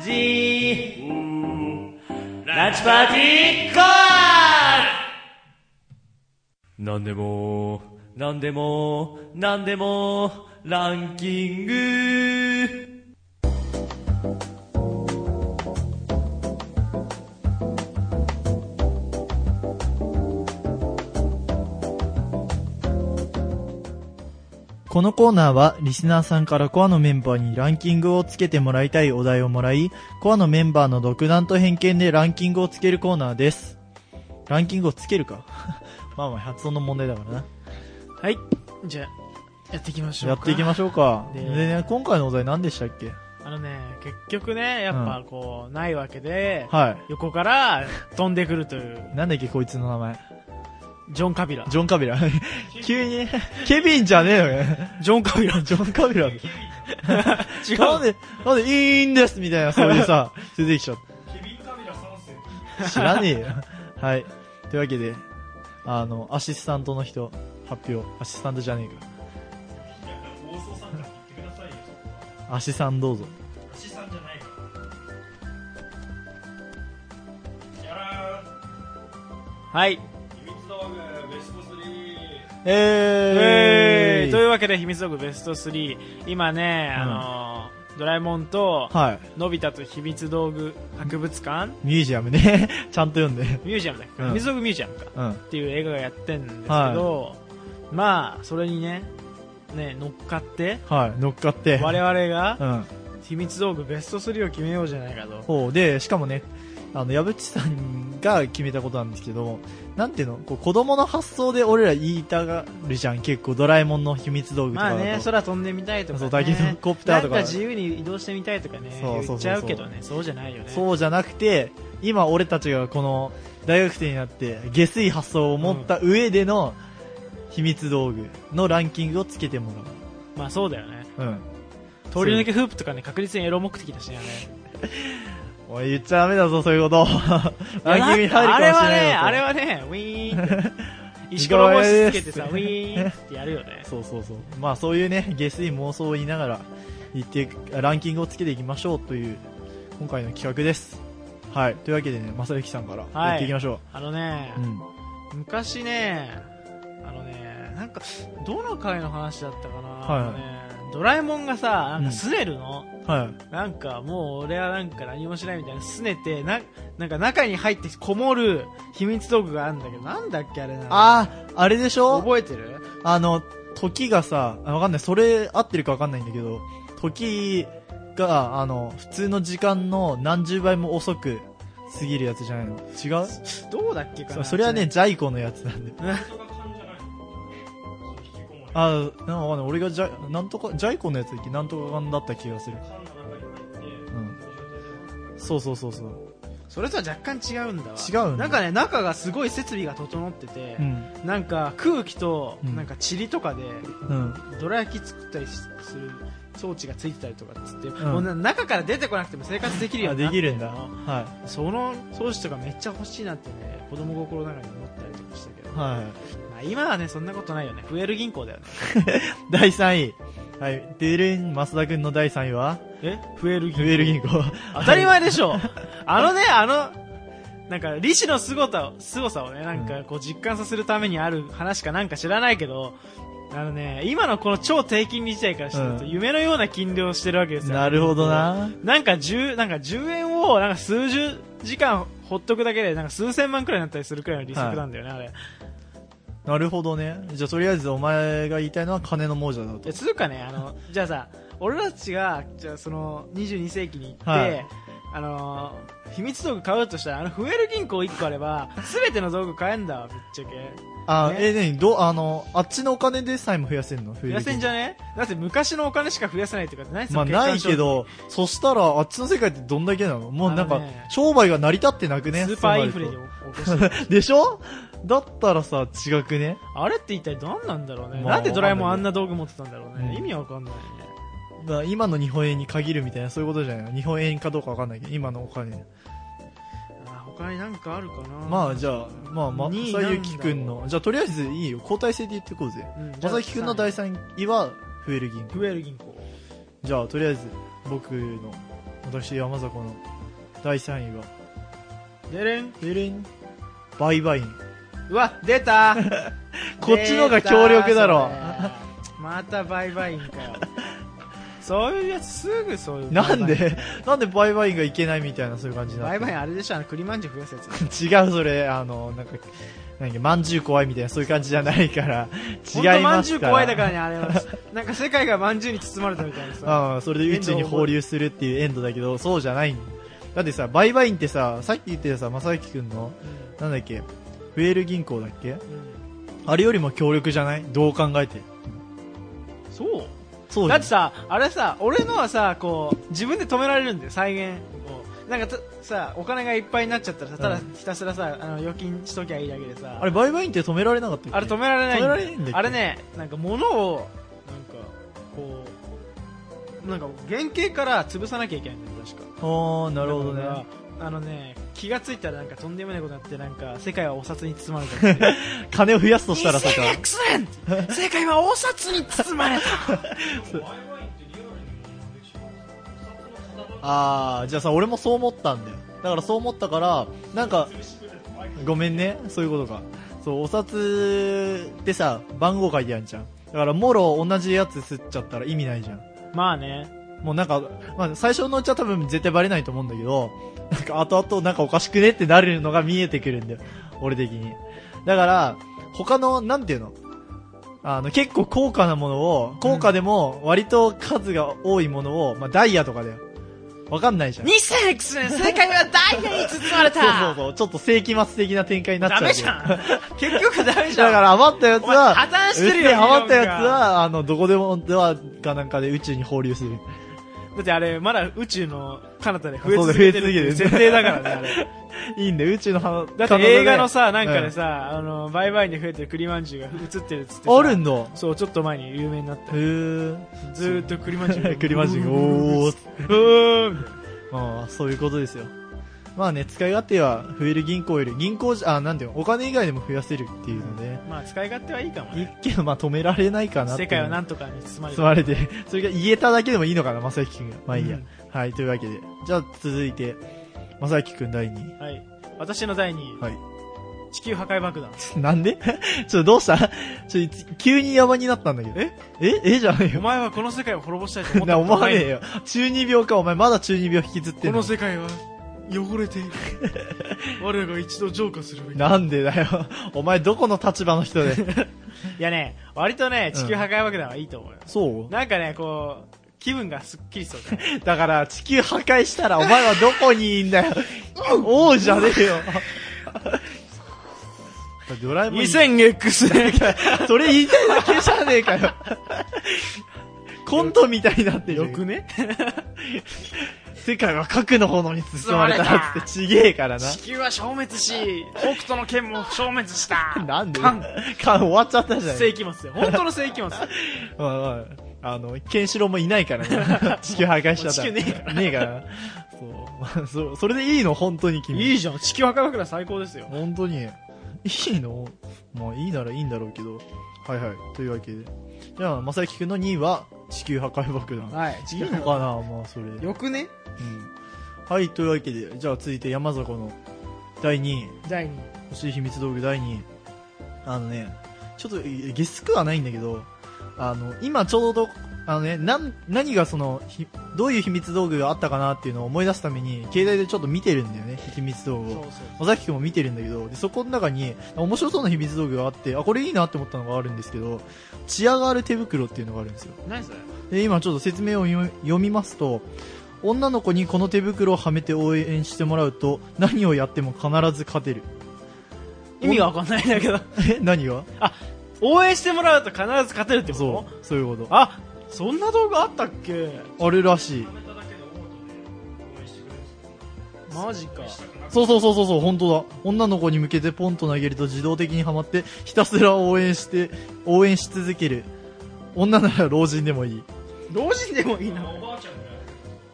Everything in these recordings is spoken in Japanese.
じランチパーティーコアなんでも、なんでも、なんでも、ランキングこのコーナーはリスナーさんからコアのメンバーにランキングをつけてもらいたいお題をもらい、コアのメンバーの独断と偏見でランキングをつけるコーナーです。ランキングをつけるか まあまあ発音の問題だからな。はい。じゃあ、やっていきましょうやか。っていきましょうか。ででね、今回のお題何でしたっけあのね、結局ね、やっぱこう、ないわけで、は横から飛んでくるという、い。なんだっけこいつの名前。ジョン・カビラ。ジョン・カビラ。急に、ケビンじゃねえよね。ジョン・カビラ。ジョン・カ ビラ。違う。なんで、なんで、いいんですみたいな、そういう さ、出てきちゃった。ケビンカメラ3世知らねえよ。はい。というわけで、あの、アシスタントの人、発表。アシスタントじゃねなんか放送参加って言ってくださいよえか。アシさんどうぞ。足さんじゃないからやらーんはい。秘密道具ベスト3ええー、というわけで、秘密道具ベスト3。今ね、うんあのー、ドラえもんと、はい。のび太と秘密道具博物館ミュージアムね。 ちゃんと読んで。ミュージアムだっけ、うん秘密道具ミュージアムか。うん。っていう映画がやってんですけど、まあ、それにね、ね、乗っかって、はい。乗っかって。我々が、うん。秘密道具ベスト3を決めようじゃないかと。ほう。で、しかもね、あの、矢渕さんが決めたことなんですけど、なんていうのこう子供の発想で俺ら言いたがるじゃん。結構、ドラえもんの秘密道具とまかだあと。ね、空飛んでみたいとか、ね。そうタケノコプターとかなんか自由に移動してみたいとかね。そうそうそうそう言っちゃうけどね、そうじゃないよね。そうじゃなくて、今俺たちがこの大学生になって下水発想を持った上での秘密道具のランキングをつけてもまあそうだよね。らう。うん。通り抜けフープとかね、確実にエロ目的だしね。おい、言っちゃダメだぞ、そういうこと。あランキングに入るかもしれないよ。あれは。はね、あれはね、ウィ ーンって。石ころを押し付けてさ、意ウ外ィーンってやるよね。そうそうそう。まあそういうね、下水妄想を言いながら言っていく、ランキングをつけていきましょうという、今回の企画です。はい。というわけでね、まさゆきさんからはいやっていきましょあのねう。、うん。昔ね、あのね、なんか、どの回の話だったかな、はいはいあのね、ドラえもんがさ、なんかすねるの、はなんかもう俺はなんか何もしないみたいな、すねて、な、なんか中に入ってこもる秘密道具があるんだけど、なんだっけあれなのああ、あれでしょ覚えてるあの、時がさ、あわかんない、それ合ってるかわかんないんだけど、時が、あの、普通の時間の何十倍も遅く過ぎるやつじゃないの違うどうだっけかそなそれはね、、ジャイコのやつなんだよ。人が勘じゃないの引きこもりあ、なんかわかんない、俺がジャイ、なんとか、ジャイコのやつだっけなんとかがんだった気がする。缶の中に入ってうん。そうそうそうそう。それとは若干違うんだわ。違うんだなんかね、中がすごい設備が整ってて、うん。なんか空気と、うんなんか塵とかで、うん。どら焼き作ったりする装置がついてたりとかっつって、んもうな中から出てこなくても生活できるよあ、うになでっきてるのんだ。はその装置とかめっちゃ欲しいなってね子供心の中に思ったりとかしたけど、い。はい。まあ、今はねそんなことないよね増える銀行だよね第3位。はい。デルン、増田くんの第3位は、え増えるウェル 銀行。当たり前でしょあのねあのなんか利子の凄さを凄さをねなんかこう実感させるためにある話かなんか知らないけどあのね今のこの超低金利時代からしてるとうん夢のような金利をしてるわけですよなるほどな。なんか10、なんか10円を、なんか数十時間ほっとくだけで、なんか数千万くらいになったりするくらいの利息なんだよね、あれ。なるほどね。じゃあ、とりあえずお前が言いたいのは金の亡者だとえ、。つうかね、あの、じゃあさ、俺たちが、じゃあその、22世紀に行って、はいあのー秘密道具買うとしたら、あの、増える銀行1個あれば、すべての道具買えんだわ、ぶっちゃけ。あ、ねえ、なに、ど、あの、あっちのお金でさえも増やせんの増増やせんじゃゃねだって昔のお金しか増やせないってことないまあ、ないけ、ど、そしたら、あっちの世界ってどんだけなのもうなんあかのね、商売が成り立ってなくそのね商品スーパーインフレそうでなる起こしてる。とでしょだったらさ、違くねあれって一体何なんだろうね。 まあなんでドラえもんあんな道具持ってたんだろうね。うん意味わかんないね。だから今の日本円に限るみたいな、そういうことじゃないの日本円かどうかわかんないけど、今のお金。あ他になんかあるかなまあ、じゃあ、まあ、ま二位さゆきくんなんだろの、じゃあ、とりあえずいいよ。交代制で言ってこうぜ。うんじゃまあさゆきくんの第3位は、増える銀行。増える銀行じゃあ、とりあえず、僕の私山坂の第3位はでれんデレンバイバインうわ出たこっちの方が強力だろ出たそれまたバイバインかよそういうやつすぐそういうなんでなんでバイバインがいけないみたいなそういう感じなのバイバインあれでしょあの栗まんじゅう増やすや つ違うそれあのなんかなんかまんじゅう怖いみたいなそういう感じじゃないからほんと違いままんじゅすうから怖いだからねあれはなんか世界がまんじゅうに包まれたみたいなさうん、それで宇宙に放流するっていうエンドだけど、そうじゃないんだってさ、バイバインってさ、さっき言ってたさ、正幸くんの、なんだっけ、フエール銀行だっけうんあれよりも強力じゃないどう考えて。そうそうじだゃってさ、あれさ、俺のはさ、こう、自分で止められるんだよ、再現を。なんかたさ、お金がいっぱいになっちゃったらさ、ただうんひたすらさ、あの、預金しときゃいいだけでさ、あれ、バイバインって止められなかったっけあれ止められない止んめらだれよないんだっけあれね、なんか物を、なんか、こう、なんか原型から潰さなきゃいけないんだよ、確か。あー、なるほどだからね。。あのね、気がついたらなんかとんでもないことになって、なんか世界はお札に包まれたん ですよ。金を増やすとしたらさ、 2100! 世界はお札に包まれた でもワイワイってリアルにもできそうあー、じゃあさ、俺もそう思ったんだよ。だからそう思ったから、なんか、ごめんね、そういうことか。そう、お札ってさ、番号書いてあるじゃん。だから、もろ同じやつ吸っちゃったら意味ないじゃん。まあね。もうなんか、まあ、最初のうちは多分絶対バレないと思うんだけど、なんか後々なんかおかしくねってなるのが見えてくるんだよ。俺的に。だから、他の、なんていうのあの、結構高価なものを、高価でも割と数が多いものを、まあ、ダイヤとかだよ。わかんないじゃん。 2000X 年正解はダイヤに包まれそうそうそう。ちょっと世紀末的な展開になっちゃダう。メじゃ ん結局ダメじゃんだから余ったやつは、お前破綻してるようっせえ余ったやつ理論は、あの、どこでも、では、かなんかで宇宙に放流する。だってあれ、まだ宇宙の彼方で増え続けてるっていうそうだ増え続設定けてるだからね、あれ。いいんだよ、宇宙の花。だって映画の彼さ、なん女かでさ、あの、バイバイで増えてる栗まんじゅうが映ってるっつってうんさあるんだ。へそう、ちょっと前に有名になった。ー。ずー っと栗まんじゅうが。栗まんじゅうが、うおーーん。まあ、そういうことですよ。まあね、使い勝手は増える銀行より、銀行じゃ、あ、なんていうの、お金以外でも増やせるっていうので、まあ、使い勝手はいいかもいいね。けど、まあ止められないかなってい世う界はなんとかに包まれて包まれて、それが言えただけでもいいのかな、正幸くんが。まあいいや。うんはい、というわけで。じゃあ続いて、正幸くん第2はい。私の第2位。はい 地球破壊爆弾。位。なんで ちょ、どうしたちょ、いつ急に山になったんだけど。えええじゃねえおよ。前はこの世界を滅ぼしたいと思ったな、こ思とわないねえよ。中二病か、お前まだ中二病引きずってこんのの世界は汚 れている我らが一度浄化するべきいなんでだよ。 お前どこの立場の人で。 やね割とね地球破壊爆弾はいいと思うよ、そうなんかねこう気分がすっきりそうだね だから、地球破壊したらお前はどこにいんだよ。王じゃね えよ。ドラえもん、 2000X ね それ言いたいだけじゃねえかよ。 コントみたいになってる。よくね 世界は核の炎に包まれたっつってちげえから地球は消滅し北斗の剣も消滅したな。なんでカン缶終わっちゃったじゃん。世紀末よ本当の世紀末まあまあ、あの、ケンシロウもいないから ね。地球破壊しちゃった。。もう地球ねえからねえから。 そう。まあ、そ、それでいいの本当に君。いいじゃん地球破壊爆弾最高ですよ本当に。いいのまあ、いいならいいんだろうけど。はいはい。というわけで。じゃあ、まさきくんの2位は、地球破壊爆弾。はい地いいのかなまあ、それで。よくねうん。はい、というわけで、じゃあ続いて山坂の第2位。第2位欲しい秘密道具第2位。あのね、ちょっと、えゲスくはないんだけど、あの、今ちょうど、あのね、なん、何がその、ひどういう秘密道具があったかなっていうのを思い出すために、携帯でちょっと見てるんだよね、秘密道具そうをそう。尾崎くんも見てるんだけど、で、そこの中に、面白そうな秘密道具があって、あ、これいいなって思ったのがあるんですけど、チアガール手袋っていうのがあるんですよ。何それで、今ちょっと説明を読読みますと、女の子にこの手袋をはめて応援してもらうと、何をやっても必ず勝てる。 意味がわかんないんだけどえ、何が応援してもらうと必ず勝てるってことそう、そういうこと。あそんな動画あったっけあ、あるらしい。貯めただけで思うとね応援してくれるんですよマジかしたくなくそうそうそうそうそう、本当だ。女の子に向けてポンと投げると自動的にはまって、ひたすら応援して、応援し続ける。女なら老人でもいい。老人でもいいてなおばあちゃんが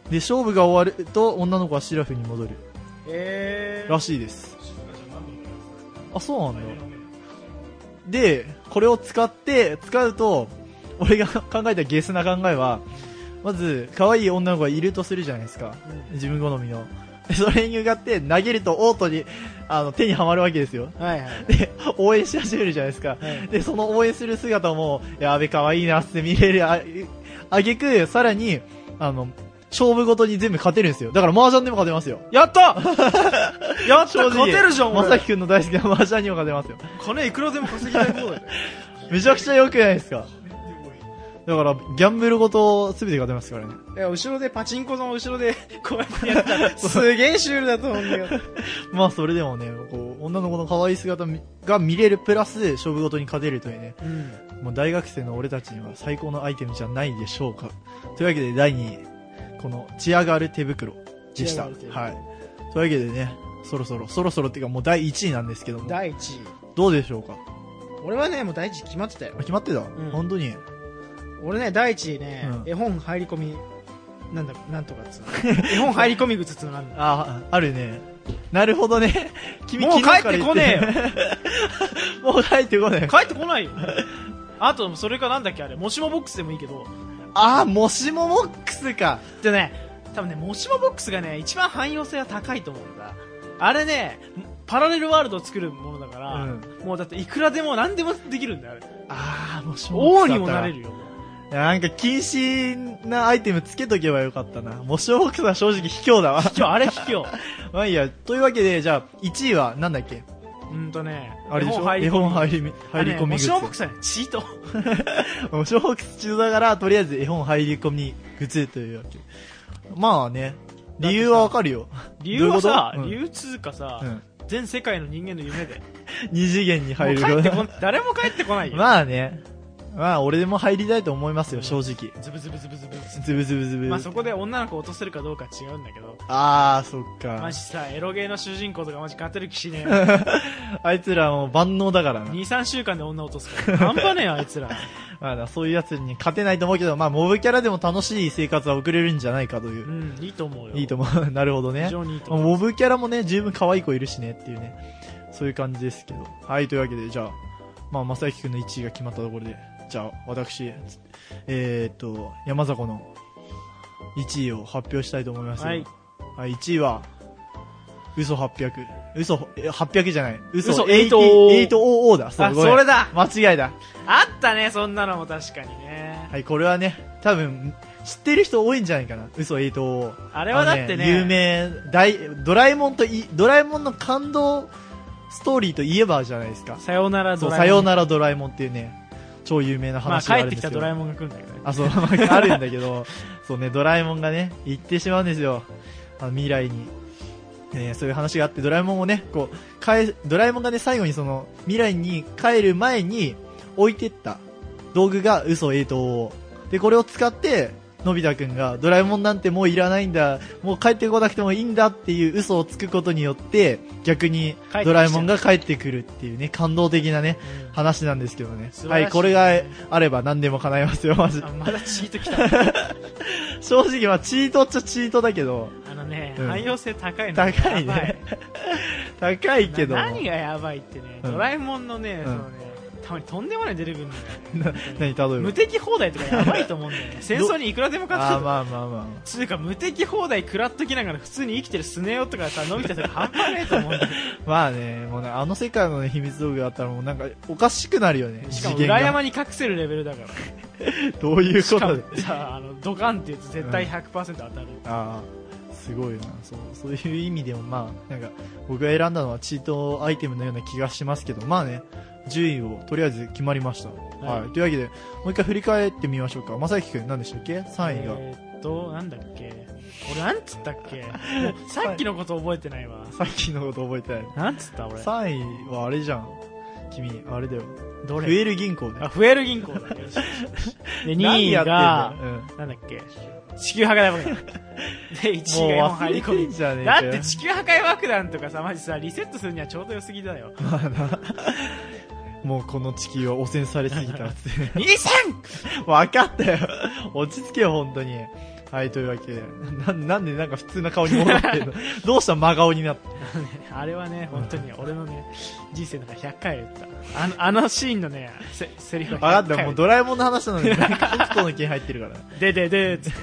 で、勝負が終わると、女の子はシラフに戻る。えらしいです。静香ちゃん何度もやあ、そうなんだ。らせて で、これを使って、使うと、俺が考えたゲスな考えは、まず可愛い女の子がいるとするじゃないですか、自分好みのでそれに向かって投げるとオートにあの手にはまるわけですよはいはい。で応援し始めるじゃないですか、はいでその応援する姿もやべ可愛いなって見れるああげくさらにあの勝負ごとに全部勝てるんですよだから麻雀でも勝てますよやった 正やった勝直てるじゃん、まさ俺。きくんの大好きな麻雀にも勝てますよ金いくらでも稼ぎたい方だよ。めちゃくちゃ良くないですかだからギャンブルごと全て勝てますからねいや、後ろで、パチンコの後 ろで、こうやってやったら、すげえシュールだと思うんだけど。まあそれでもねこう女の子の可愛い姿みが見れるプラス勝負ごとに勝てるというねもう大学生の俺たちには最高のアイテムじゃないでしょうか。というわけで第2位、このチアガール手袋でした。はチアガール手い。袋というわけでね、そろそろ、そろそろっていうかもう第1位なんですけども、第1位。どうでしょうか俺はね、もう第1位決まってたよあ。決まってた、ん本当に。俺ね、第1位ね、うん絵本入り込み、なんだ、なんとかっつう の。絵本入り込み靴っつうのなんだ。あ、あるね。なるほどね。 君もう昨日帰からって言こってねえよ。よ。 もう帰ってこない。帰ってこないよ。あと、それかなんだっけあれ、もしもボックスでもいいけど。あー、もしもボックスか。でね、多分ね、もしもボックスがね、一番汎用性が高いと思うんだ。あれね、パラレルワールドを作るものだから、うんもうだっていくらでも何でもできるんだよ、あれ。あー、もしもボッ王クスだにったらもなれるよ。なんか禁止なアイテムつけとけばよかったな。もしもボックスは正直卑怯だわ。今日あれ卑怯。 まあいいや。というわけで、じゃあ、1位はなんだっけうんとね、あれでしょ絵絵本本入入りり込み。み、入り込あれねみもグしもボックッスはね、チート。ズ。もしもボックス中だから、とりあえず絵本入り込みグッズというわけ。まあね、理由はわかるよ。理由はさ、どう理いう由通かさ、うん全世界の人間の夢で。二次元にも入うる帰ってこん、誰も帰ってこない よ。まあね、まあ俺でも入りたいと思いますよ、正直。ズブズブズブズブ。ズブズブズブ。まあそこで女の子落とせるかどうか違うんだけど、あー、そっマか。ジさ、エロゲーの主人公とかマジ勝てる気しねえよ。あいつらもう万能だからな。 2、3週間で女落と すから。半端ねえよ、あいつら。まあな、そういうやつに勝てないと思うけど、まあモブキャラでも楽しい生活は送れるんじゃないかというう。ん、いいと思うよ。いいと思う。な るほどね非。常にいいとまあ思う。モブキャラもね、十分可愛い子いるしねっていうね、そういう感じですけど。はい、というわけで、じゃあ、まあ、正幸くんの1位が決まったところで、じゃあ、私、えー、っと、山迫の1位を発表したいと思いますよ。はい。はい、1位は、嘘800。嘘、え800じゃない。嘘嘘80 800 800だ。あ、ごめんそれだ間違いだ。あったね、そんなのも確かにね。はい、これはね、多分、知ってる人多いんじゃないかな。嘘800。あれはだってね、あの有名大ドラえもんといドラえもんの感動ストーリーといえばじゃないですかさよならそドうラえもん。さようならドラえもんっていうね超有名なまあ話帰があるっんてですきけたど、ドラえもんが来るんだけどね。あそう、まあ、あるんだけど そうねドラえもんがね行ってしまうんですよあの未来に、ねそういう話があってドラえもんをねこう帰ドラえもんがね最後にその未来に帰る前に置いてった道具が嘘えとでこれを使ってのび太くんがドラえもんなんてもういらないんだもう帰ってこなくてもいいんだっていう嘘をつくことによって逆に帰ってきちゃうドラえもんが帰ってくるっていうね感動的なねうん話なんですけどね素晴らはしいいこれがあれば何でも叶いますよマジあまだチート来 た。正直まあチートっちゃチートだけどあのね、うん汎用性高いの。高いやばね高いけどな何がやばいってね、うんドラえもんのね、んそのね、たまにとんでもない出てくるんだよね。な何例えば無敵放題とかやばいと思うん だよね。戦争にいくらでも勝あつーとか。まあまあまつうか、無敵放題食らっときながら普通に生きてるスネ夫とかさ、伸びたとか半端ねえと思うんだよ。あまあねもうねあの世界の、ね、秘密道具があったらもうなんかおかしくなるよねしかも次元が裏山に隠せるレベルだ から。どういうしこかとでもさ、あの、ドカンって言うと絶対100%当たる。ああすごいなそうそういう意味でもまあなんか僕が選んだのはチートアイテムのような気がしますけどまあね順位をとりあえず決まりました、はいいというわけでもう一回振り返ってみましょうか正輝くん何でしたっけ3位が、えーっと、なんだっけ。俺なんつったっけ。 もうさっきのこと覚えてないわ。さっきのこと覚えてないなんつった俺。 3位はあれじゃん君あれだよど増れえる銀行だあ、よ増える銀行だけど。よしよしよしで、2何位がやってん、だよなんだっけ。地球破壊爆弾。 で、1位が絵もう忘本入れりて込んじゃねみ。えだかっよて地球破壊爆弾とかさ、マジさ、リセットするにはちょうど良すぎだよ。うんもうこの地球は汚 染されすぎたっつって 2000! 分かったよ落ち着けよ本当にはい、というわけで。な、なんでなんか普通な顔に戻 ってんのどうした真顔になって。あれはね、本当に俺のね、人生の中100回は言った。あの、あのシーンのね、セセリフ分はかっ100た、回もはうドラえもんの話なのに、なんか北斗の剣入ってるから。ででで、つって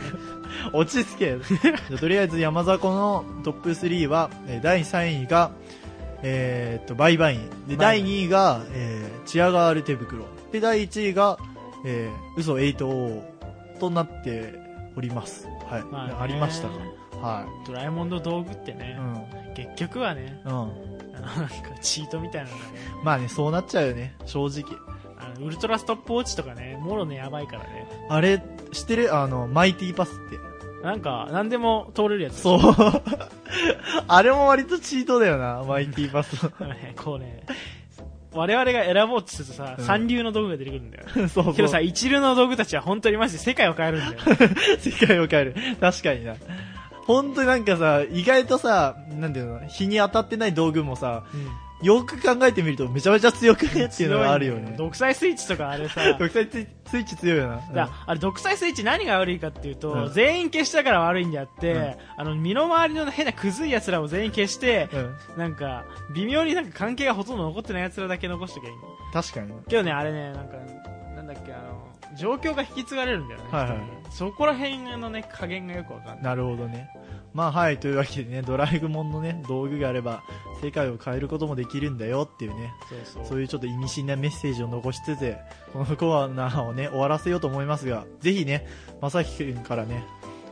落ち着 け。じゃあとりあえず山雑魚のトップ3は、えー第3位が、えーっと、バイバイン。で、バイ第2位が、えー、チアガール手袋。で、第1位が、えー、嘘8王となっております。はい。まあねありましたか。はドラえもんの道具ってい。ねう、ん。結局はね、うん。あのなんかチートみたいなのがねまあね、そうなっちゃうよね。正直。あの、ウルトラストップウォッチとかね、もろね、やばいからね。あれ、知ってるあの、マイティパスって。なんか、なんでも通れるやつ。そう。 あれも割とチートだよな、マイティパ ス。あのね こうね、我々が選ぼうとするとさ、うん三流の道具が出てくるんだよ。そうそう。けどさ、一流の道具たちは本当にマジで世界を変えるん だよ。世界を変える。確かにな。本当になんかさ、意外とさ、なんていうの、日に当たってない道具もさ、よく考えてみるとめちゃめちゃ強くねっていうのがあるよ強いんだね。独裁スイッチとかあれ さ、独裁スイスイッチ強いよだからな。あれ独裁スイッチ何が悪いかっていうと、うん全員消したから悪いんであって、うんあの身の回りの変なクズい奴らを全員消して、うん。うんなんか微妙になんか関係がほとんど残ってない奴らだけ残しときゃいいの確かに。けどねあれねなんかなんだっけあの状況が引き継がれるんだよね、はいはい人にそこら辺のね加減がよくわかんないなるほどね。まあはい、というわけでね、ドラえもんのね、道具があれば、世界を変えることもできるんだよっていうね、そうそうそういうちょっと意味深なメッセージを残しつつ、このコーナーをね、終わらせようと思いますが、ぜひね、まさきくんからね、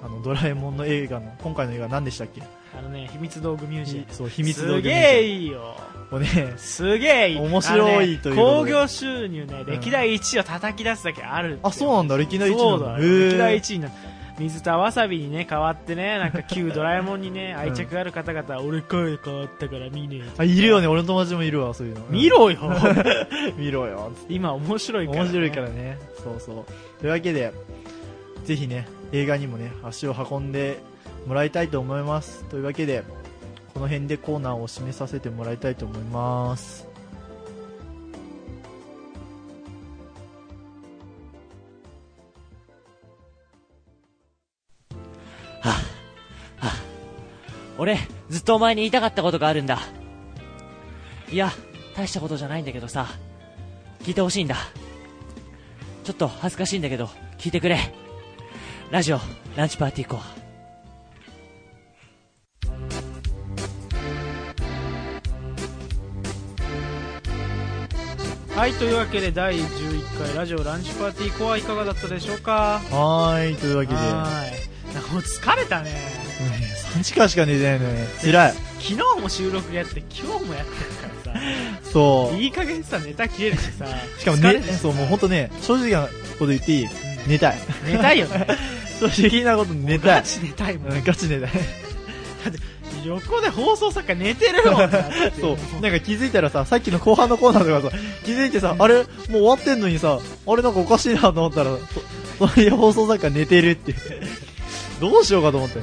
あの、ドラえもんの映画の、今回の映画何でしたっけあのね秘密道具ミュージアムそう、秘密道す具げえいいよをね、すげえいい面白いあのとねいうこと興で行収入ね歴代1位を叩き出すだけあるっていあ、そうなんだ、歴代一そなうんだだ。よ歴代1位なの水田わさびにね変わってねなんか旧ドラえもんにね愛着ある方々は俺声変わったから見ねえあ、いるよね、俺の友達もいるわ、そういうの。見ろよ見ろよ。今面白いから、ね、面白いからね。そうそう。というわけで、ぜひね、映画にもね、足を運んでもらいたいと思います。というわけで、この辺でコーナーを締めさせてもらいたいと思います。俺、ずっとお前に言いたかったことがあるんだ。いや、大したことじゃないんだけどさ、聞いてほしいんだ。ちょっと恥ずかしいんだけど、聞いてくれ。ラジオ、ランチパーティーコア。はいというわけで第11回ラジオランチパーティーコはいかがだったでしょうかはーい、というわけで、はーいなんかもう疲れたね3時間しか寝てないのね。辛い。昨日も収録やって今日もやってるからそさう。いい加減さネタ切れるしさしかも疲ねれ、てさそう、もうほんとね、正直なこと言っていい寝たい。寝たいよね 正直なこと寝たガい。チ寝たいもんうんガチ寝たい。横で放送作家寝てるもんだってそう。なんか気づいたらさ、さっきの後半のコーナーとかさ、気づいてさ、あれ、もう終わってんのにさ、あれなんかおかしいなと思ったら、そそういう放送作家寝てるっていう。 どうしようかと思って。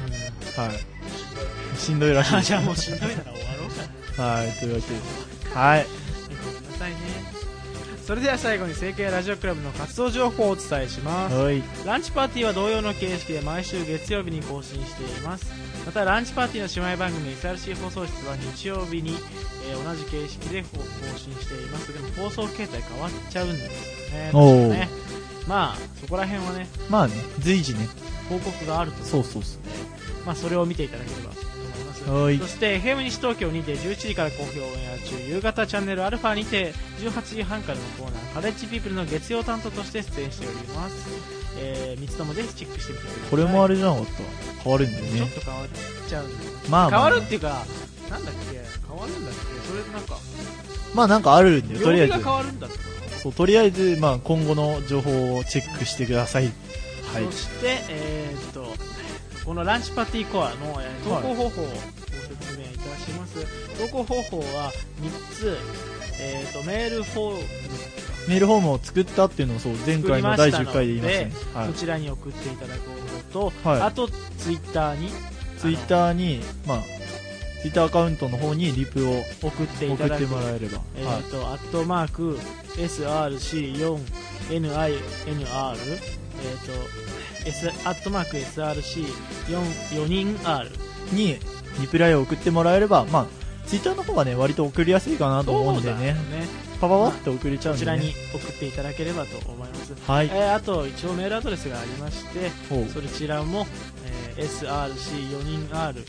はい。しんどいらしいあでじす。ゃあもうしんどいなら終わろうかなはい、というわけで。はい。ごめんなさいねそれでは最後に成形ラジオクラブの活動情報をお伝えしますはい。ランチパーティーは同様の形式で毎週月曜日に更新していますまたランチパーティーの姉妹番組 SRC 放送室は日曜日に、えー同じ形式で更新していますでも放送形態変わっちゃうんですよねおー確かねまあそこら辺はねまあね、随時ね。報告があるとそうそうそう。まあ、それを見ていただければと思います、はいそして FM 西東京にて11時から好評オンエア中夕方チャンネルアルファにて18時半からのコーナーカレッジピープルの月曜担当として出演しております、えー、三つともぜひチェックしてみてくださいこれもあるれじゃなかった。変わるんだよちょっね。と変わっちゃうんだよまあ、変まわあ、るっていうかなんだっけ変わるんだっけそれなんかまあなんかあるんだよ。とりあ曜え日が変ず。わるんだってことそう、とりあえず、まあ今後の情報をチェックしてください。はいそ。して、えーっとこのランチパティコアの、えー投稿方法をご説明いたします、投稿方法は3つ、えーっとメールフォームメールフォームを作ったっていうのをそう前回の第10回で言いましたね。はいそ。ちらに送っていただくことと、はいあとツイッターにツイッターに、まあ、ツイッターアカウントの方にリプをー送っ送ていっただてくもらえれば。えはーっとアットマーク SRC4NINR、えーっと S、アットマーク SRC4 人 R。にリプライを送ってもらえれば、まあ、ツイッターの方がね、割と送りやすいかなと思うんでね、パパパって送れちゃうこんちでらねに。送っていただければと思います。はい。えーあと一応メールアドレスがありましてほうそちらも、え SRC4 人 R、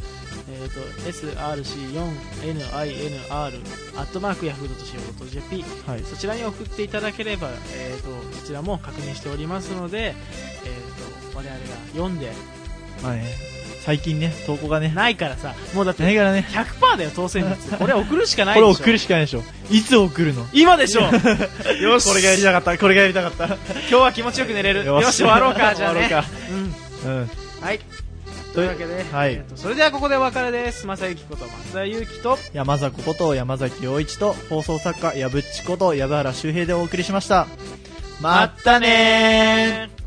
えーと SRC4NINR アットマークヤフー .co.jp はい。そちらに送っていただければ、えー、とそちらも確認しておりますので、えー、と我々が読んでまあね、最近ね、投稿がね、ないからさもうだってないからね、 100%だよ当 選率これ送るしかなこいれでしょ送るしかないでしょ。いつ送るの今で しょよしこれがやりたかった、これがやりたかっ今日は気持ちよく寝れるよよしし終わろうかじゃあね終わろうんた。うん。はい。というわけで、はいえーとそれではここでお別れです。まさゆきこと松田ゆうきと、山崎こと山崎陽一と、放送作家、矢ぶっちこと、矢部原周平でお送りしました。まったねーえー